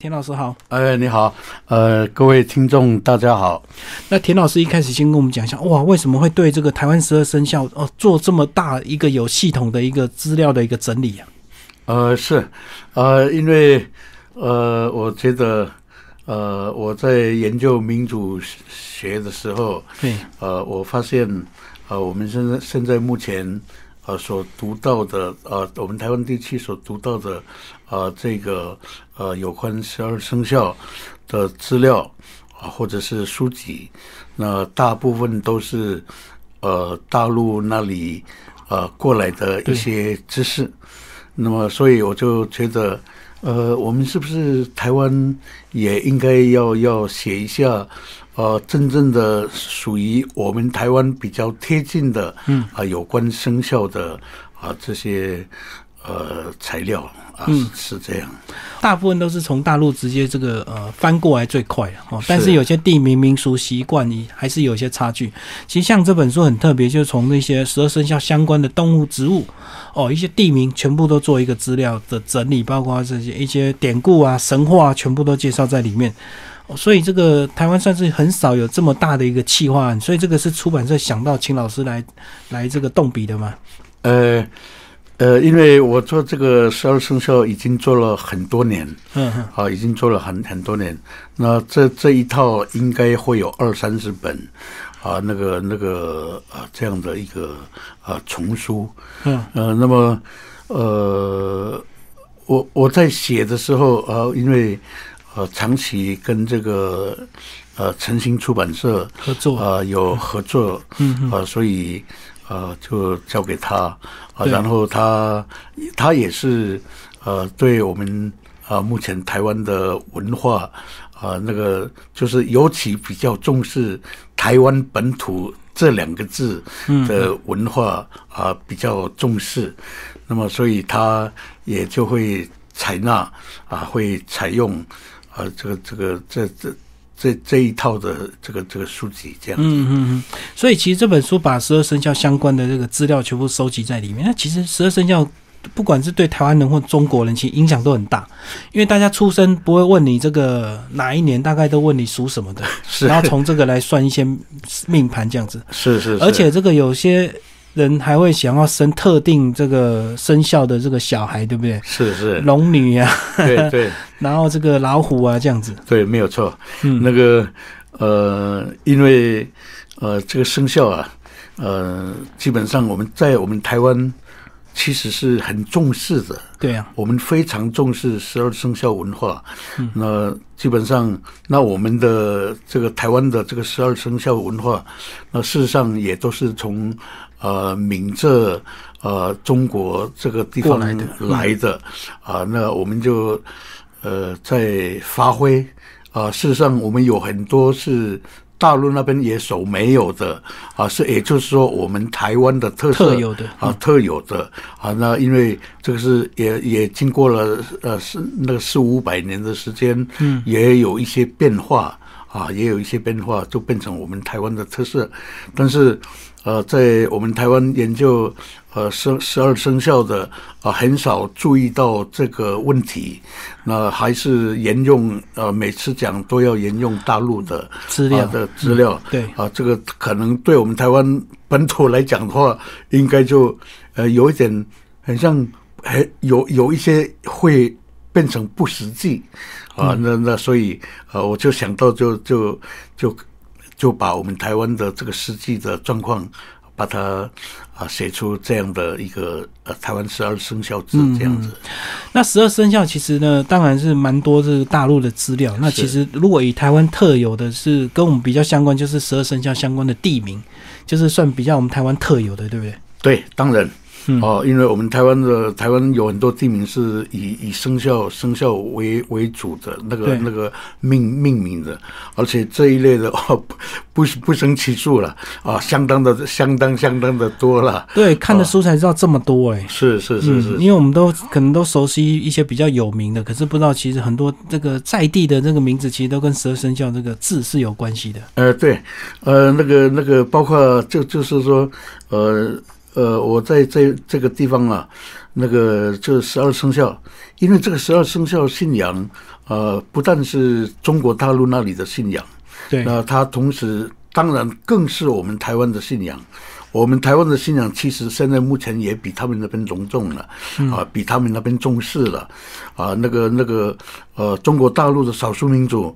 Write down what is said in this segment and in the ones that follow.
田老师好，哎，你好，呃，各位听众大家好。那田老师一开始先跟我们讲一下，哇，为什么会对这个台湾十二生肖哦做这么大一个有系统的一个资料的一个整理啊？呃，是，呃，因为呃，我觉得呃，我在研究民主学的时候，对，呃，我发现呃，我们现在现在目前呃所读到的呃，我们台湾地区所读到的呃这个呃有关十二生肖的资料啊、或者是书籍，那大部分都是呃大陆那里呃过来的一些知识。那么，所以我就觉得，呃，我们是不是台湾也应该要要写一下，呃，真正的属于我们台湾比较贴近的，嗯，啊、有关生肖的啊、这些呃材料啊，是是这样。大部分都是从大陆直接这个呃翻过来最快啊哦，是但是有些地名、民俗习惯，你还是有一些差距。其实像这本书很特别，就是从那些十二生肖相关的动物、植物哦，一些地名全部都做一个资料的整理，包括这些一些典故啊、神话啊，全部都介绍在里面。哦所以这个台湾算是很少有这么大的一个企划案，所以这个是出版社想到请老师来来这个动笔的嘛？呃呃，因为我做这个十二生肖已经做了很多年，嗯嗯，啊，已经做了很很多年。那这这一套应该会有二三十本，啊，那个那个啊这样的一个啊丛书。嗯，呃，那么呃，我我在写的时候啊，因为呃长期跟这个呃诚心出版社合作啊、有合作，嗯啊、所以呃就交给他啊、对然后他他也是呃对我们啊、目前台湾的文化啊、那个就是尤其比较重视台湾本土这两个字的文化啊、比较重视，那么所以他也就会采纳啊，会采用啊这个这个这这。这这一套的这个这个书籍这样，嗯嗯嗯，所以其实这本书把十二生肖相关的这个资料全部收集在里面。那其实十二生肖不管是对台湾人或中国人，其实影响都很大，因为大家出生不会问你这个哪一年，大概都问你属什么的， 是然后从这个来算一些命盘这样子。是是，是而且这个有些人还会想要生特定这个生肖的这个小孩，对不对？是是，龙女啊，对对然后这个老虎啊，这样子。对，没有错。嗯那个呃，因为呃，这个生肖啊，呃，基本上我们在我们台湾其实是很重视的，对啊，我们非常重视十二生肖文化。嗯那基本上，那我们的这个台湾的这个十二生肖文化，那事实上也都是从呃闽浙呃中国这个地方过来的嗯来的啊、那我们就呃在发挥啊、事实上，我们有很多是。大陆那边也手没有的啊，是也就是说，我们台湾的特色特有的啊，特有的啊，那因为这个是也也经过了呃四那个四五百年的时间，嗯，也有一些变化啊，也有一些变化，就变成我们台湾的特色。但是，呃，在我们台湾研究呃十十二生肖的啊、很少注意到这个问题，嗯那还是沿用呃每次讲都要沿用大陆的资料啊的资料，对啊，这个可能对我们台湾本土来讲的话，应该就呃有一点很像，很有有一些会变成不实际啊。那那所以呃，我就想到就就就就把我们台湾的这个实际的状况。把它啊写出这样的一个呃台湾十二生肖志这样子，那十二生肖其实呢，当然是蛮多是大陆的资料。那其实如果以台湾特有的是跟我们比较相关，就是十二生肖相关的地名，就是算比较我们台湾特有的，对不对？对，当然嗯，哦，因为我们台湾的台湾有很多地名是以以生肖生肖为为主的那个对那个命命名的，而且这一类的 哦不不不胜其数了啊，相当的相当相当的多了，对，看的书才知道这么多哎、是啊是是是嗯，因为我们都可能都熟悉一些比较有名的，可是不知道其实很多这个在地的这个名字，其实都跟十二生肖这个字是有关系的。呃，对，呃，那个那个，包括就就是说，呃。呃，我在这这个地方啊，那个这十二生肖，因为这个十二生肖信仰，呃，不但是中国大陆那里的信仰，对，那它同时当然更是我们台湾的信仰。我们台湾的信仰其实现在目前也比他们那边隆重了，嗯啊，比他们那边重视了，啊，那个那个呃，中国大陆的少数民族，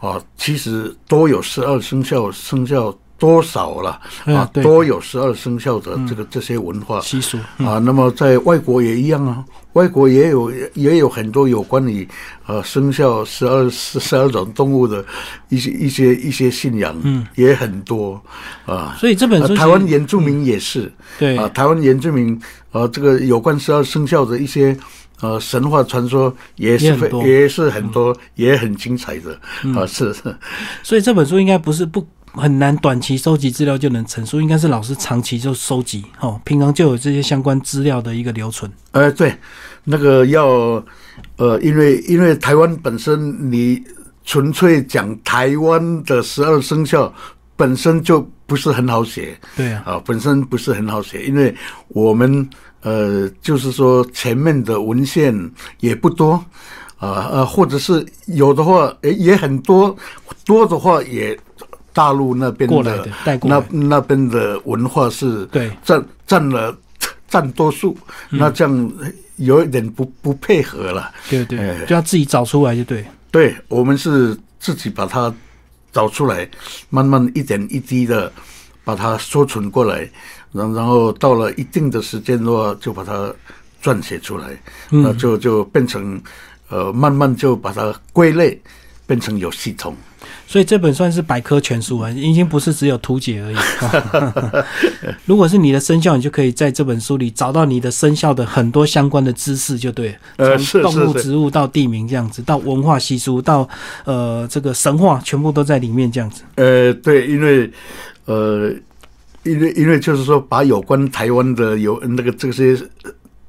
啊，其实都有十二生肖生肖多少了，啊嗯，对嗯都有十二生肖的这个这些文化，习俗，啊，那么在外国也一样啊，外国也有也有很多有关于呃生肖十二十二种动物的一些一些一些信仰，嗯，也很多啊。嗯所以嗯这本呃书其实台湾原住民也是，对啊，台湾原住民呃，这个有关十二生肖的一些呃神话传说也也是很非多嗯也是很多、也很精彩的啊，是是所以这本书应该不是不很难短期收集资料就能成书，应该是老师长期就收集哦，平常就有这些相关资料的一个留存。呃，对，那个要，呃，因为因为台湾本身，你纯粹讲台湾的十二生肖本身就不是很好写对啊，啊，本身不是很好写，因为我们呃，就是说前面的文献也不多啊，呃，或者是有的话也也很多，多的话也大陆那边过来的带过来那那边的文化是对嗯占占了占多数，那这样有一点不不配合了。对对哎就要自己找出来就对。对我们是自己把它找出来，慢慢一点一滴的把它缩存过来，然然后到了一定的时间的话，就把它撰写出来，那就就变成呃，慢慢就把它归类，变成有系统。所以这本算是百科全书啊，已经不是只有图解而已。 如果是你的生肖，你就可以在这本书里找到你的生肖的很多相关的知识，就对了。呃从是动物、是是植物到地名这样子，到文化习俗，到呃这个神话，全部都在里面这样子。呃，对，因为呃，因为因为就是说，把有关台湾的有那个这些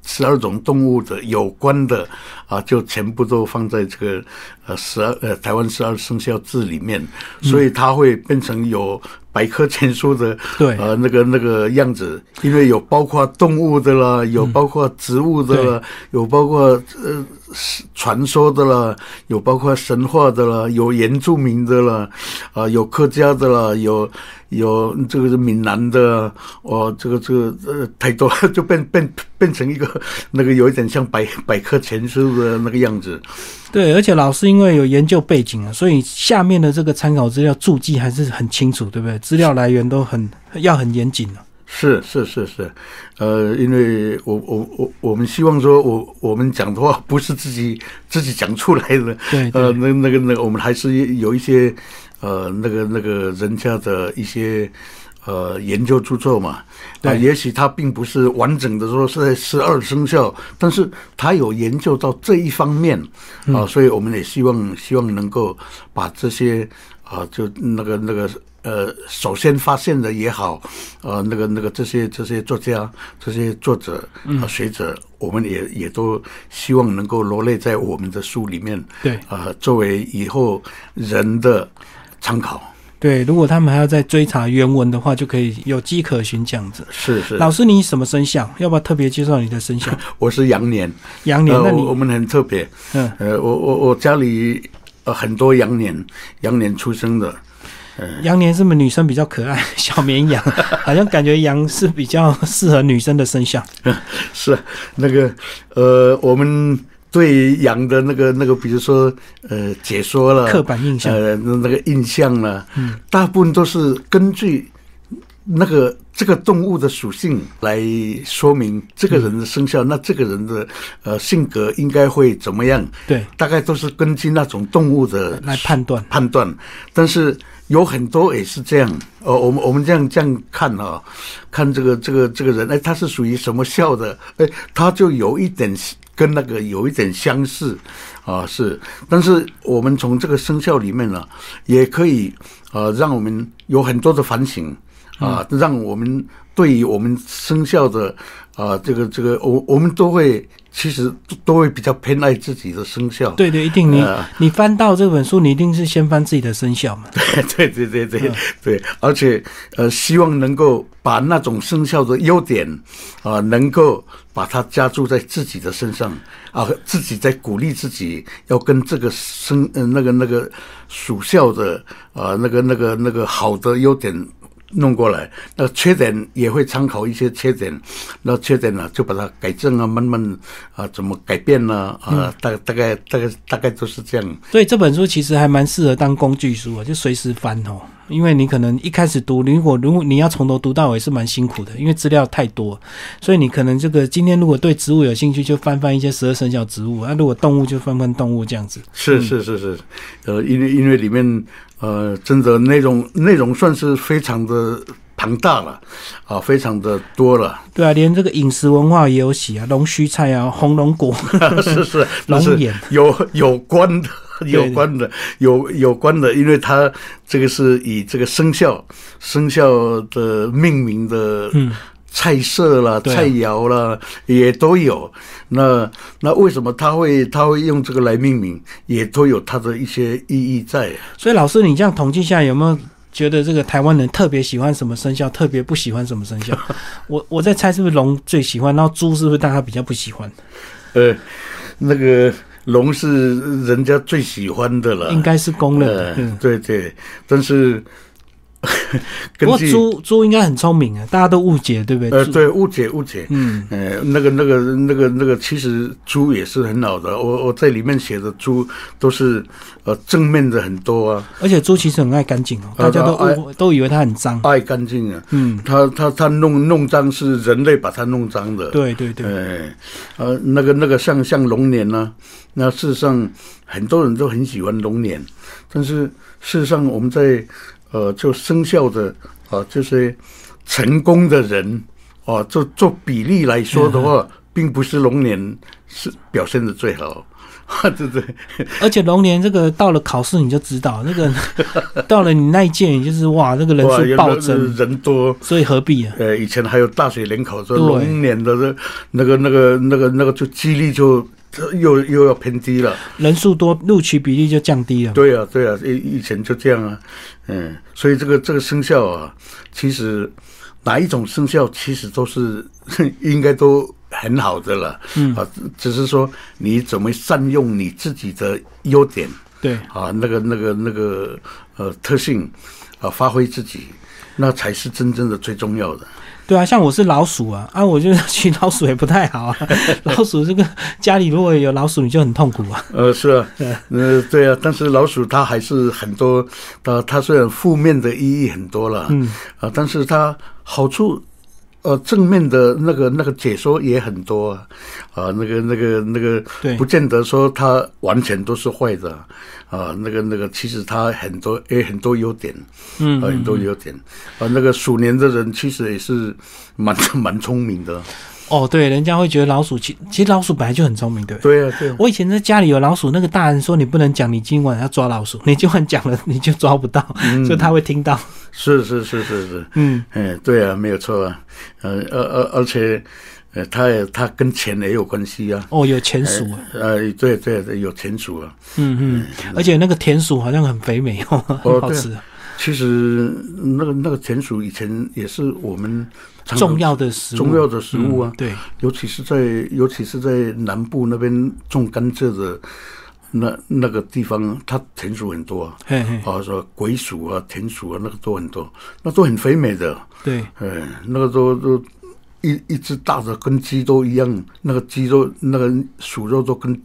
十二种动物的有关的啊，就全部都放在这个呃十二呃台湾十二生肖志里面，所以它会变成有。百科全书的，对呃，那个那个样子，因为有包括动物的啦，有包括植物的啦，有包括呃传说的啦，有包括神话的啦，有原住民的啦，啊、有客家的啦，有有这个是闽南的，哦，这个这个呃太多了，就变变变成一个那个有一点像百百科全书的那个样子。对，而且老师因为有研究背景啊，所以下面的这个参考资料注记还是很清楚，对不对？资料来源都很要很严谨啊。是是是是，呃，因为我我我我们希望说我，我们讲的话不是自己自己讲出来的，对对呃，那那个那个，我们还是有一些呃，那个那个人家的一些呃研究著作嘛，啊、对也许他并不是完整的说是在十二生肖，但是他有研究到这一方面嗯啊、所以我们也希望希望能够把这些啊、就那个那个。呃，首先发现的也好，呃，那个那个这些这些作家、这些作者嗯啊、学者，我们也也都希望能够罗列在我们的书里面，对啊，作为以后人的参考。对，如果他们还要再追查原文的话，就可以有迹可循这样子。是是，老师，你什么生肖？要不要特别介绍你的生 肖？我是羊年，羊年呃，那我我你们很特别，嗯呃，我我我家里呃很多羊年，羊年出生的，羊年是不是女生比较可爱？ 小绵羊，好像感觉羊是比较适合女生的生肖。 是那个呃，我们对羊的那个那个，比如说呃，解说了刻板印象嗯呃，那那个印象呢，大部分都是根据那个这个动物的属性来说明这个人的生嗯肖，那这个人的呃性格应该会怎么样？对，大概都是根据那种动物的来判断判断，但是有很多也是这样。呃，我们我们这样这样看啊、看这个这个这个人，哎，他是属于什么校的？哎，他就有一点跟那个有一点相似啊，是。但是我们从这个生肖里面呢、啊也可以呃，让我们有很多的反省啊，嗯让我们对于我们生肖的啊，这个这个，我我们都会其实都都会比较偏爱自己的生肖。对对，一定你呃你翻到这本书，你一定是先翻自己的生肖嘛。 对对对对对，而且呃，希望能够把那种生肖的优点啊、能够把它加注在自己的身上啊、自己在鼓励自己要跟这个生呃那个那个属肖的啊、那个那个那个好的优点弄过来，那缺点也会参考一些缺点，那缺点呢、就把它改正啊，慢慢啊怎么改变呢、啊？大大概大概大概都是这样。所以这本书其实还蛮适合当工具书啊，就随时翻哦。因为你可能一开始读，如果如果你要从头读到尾是蛮辛苦的，因为资料太多，所以你可能这个今天如果对植物有兴趣，就翻翻一些十二生肖植物；那、啊如果动物就翻翻动物这样子。是是是是，呃，因为因为里面呃，真的内容内容算是非常的庞大了，啊，非常的多 了，对啊，连这个饮食文化也有写啊，龙须菜啊，红龙果， 是是，龙那是眼有有关的。有对关的，有有关的，因为它这个是以这个生肖生肖的命名的菜色啦、嗯对啊菜肴啦也都有。那那为什么他会他会用这个来命名，也都有它的一些意义在。啊所以老师，你这样统计下来，有没有觉得这个台湾人特别喜欢什么生肖，特别不喜欢什么生肖？我我在猜是不是龙最喜欢，然后猪是不是大家比较不喜欢？呃， 那个龙是人家最喜欢的了，应该是公认的。呃嗯，对对，但是 不根过据猪猪应该很聪明啊，大家都误解，对不对？呃猪，对误解误解，嗯，呃，那个、那个、那个、那个，其实猪也是很好的。我我在里面写的猪都是呃正面的很多啊，而且猪其实很爱干净哦，大呃家都爱误会都以为它很脏。爱干净啊。嗯，它它它弄弄脏是人类把它弄脏的。对对对，哎，呃，那个那个像像龙年呢、那事实上很多人都很喜欢龙年，但是事实上我们在呃就生肖的啊、这些成功的人啊，做做比例来说的嗯话，并不是龙年是表现的最好， 对对而且龙年这个到了考试你就知道，那个 到了你那一届，你就是哇，那个人哇，数原暴来增，人多。所以何必啊？呃，以前还有大学联考，这对龙年的这那个、那个、那个、那个，就几率就又又要偏低了。人数多，录取比例就降低了。对啊，对啊，以以前就这样啊，嗯，所以这个这个生肖啊，其实哪一种生肖其实都是 应该都很好的了，嗯啊，只只是说你怎么善用你自己的优点对，啊，那个那个那个呃特性啊，发挥自己，那才是真正的最重要的。对啊，像我是老鼠啊，啊，我觉得骑老鼠也不太好啊。 老鼠这个家里如果有老鼠，你就很痛苦啊。呃，是啊，呃，对啊，但是老鼠它还是很多，它它虽然负面的意义很多了，嗯，啊，但是它好处，呃，正面的那个那个解说也很多啊，啊，那个那个那个，对不见得说它完全都是坏的，啊，那个那个，其实它很多也很多优点，嗯啊，很多优点，啊，那个鼠年的人其实也是蛮蛮聪明的，哦，对，人家会觉得老鼠，其其实老鼠本来就很聪明，对不对。对啊，对啊，我以前在家里有老鼠，那个大人说你不能讲你今晚要抓老鼠，你今晚讲了你就抓不到，嗯所以他会听到。是是是是是，嗯，哎，对啊，没有错啊，呃，而而而且，呃，他也他跟钱也有关系啊，哦，有田鼠啊，呃，对对对，有钱主啊。嗯嗯，而且那个田鼠好像很肥美哦，很好吃，其实那个那个田鼠以前也是我们常常重要的食物，重要的食物啊嗯，对，尤其是在尤其是在南部那边种甘蔗的那那个地方，它田鼠很多啊，嘿嘿，啊，说鬼鼠啊、田鼠啊，那个都很多，那都很肥美的。对，哎，那个都都一一只大的跟鸡都一样，那个鸡肉那个鼠肉都跟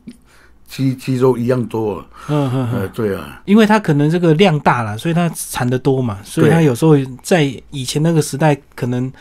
鸡鸡肉一样多、啊。嗯嗯嗯。呃，对啊，因为它可能这个量大了，所以它产的多嘛，所以它有时候在以前那个时代，可能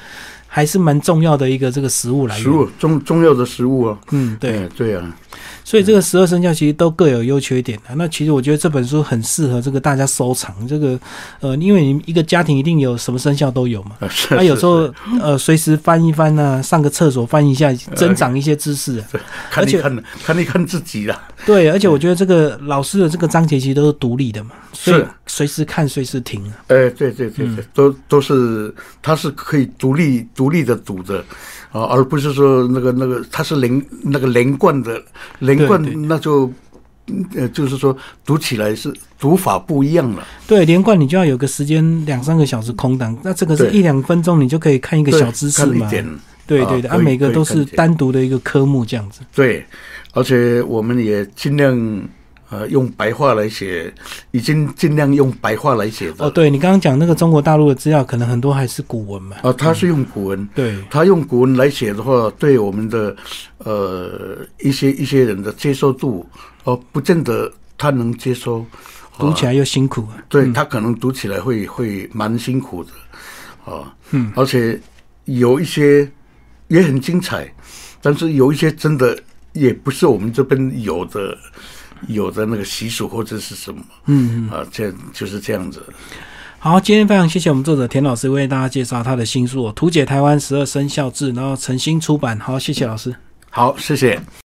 还是蛮重要的一个这个食物来源。食物重重要的食物啊。嗯，对，哎对啊，所以这个十二生肖其实都各有优缺点啊。那其实我觉得这本书很适合这个大家收藏，这个呃，因为你一个家庭一定有什么生肖都有嘛。啊是那、有时是候呃，随时翻一翻啊，上个厕所翻一下，增长一些知识、啊。而看一且看看一看自己啦。对，而且我觉得这个老师的这个章节其实都是独立的嘛，所以是随时看随时听啊。哎，对对对对，都都是它是可以独立独立的读的。啊，而不是说那个那个，它是连那个连贯的，连贯对对那就呃，就是说读起来是读法不一样了。对，连贯你就要有个时间两三个小时空档，那这个是对一两分钟你就可以看一个对小知识看了嘛一？点，对啊对对，啊，可以每个可以都看是见单独的一个科目这样子。对，而且我们也尽量呃用白话来写，已经尽量用白话来写的。哦，对你刚刚讲那个中国大陆的资料，可能很多还是古文嘛。啊，他是用古文，对他用古文来写的话，对我们的呃一些一些人的接受度，哦、不见得他能接收，读起来又辛苦啊。对他可能读起来会会蛮辛苦的，啊，嗯，而且有一些也很精彩，但是有一些真的也不是我们这边有的有的那个习俗或者是什么，嗯啊，这就是这样子，好，今天非常谢谢我们作者田老师为大家介绍他的新书哦《图解台湾十二生肖志》，然后诚心出版。好，谢谢老师。好，谢谢。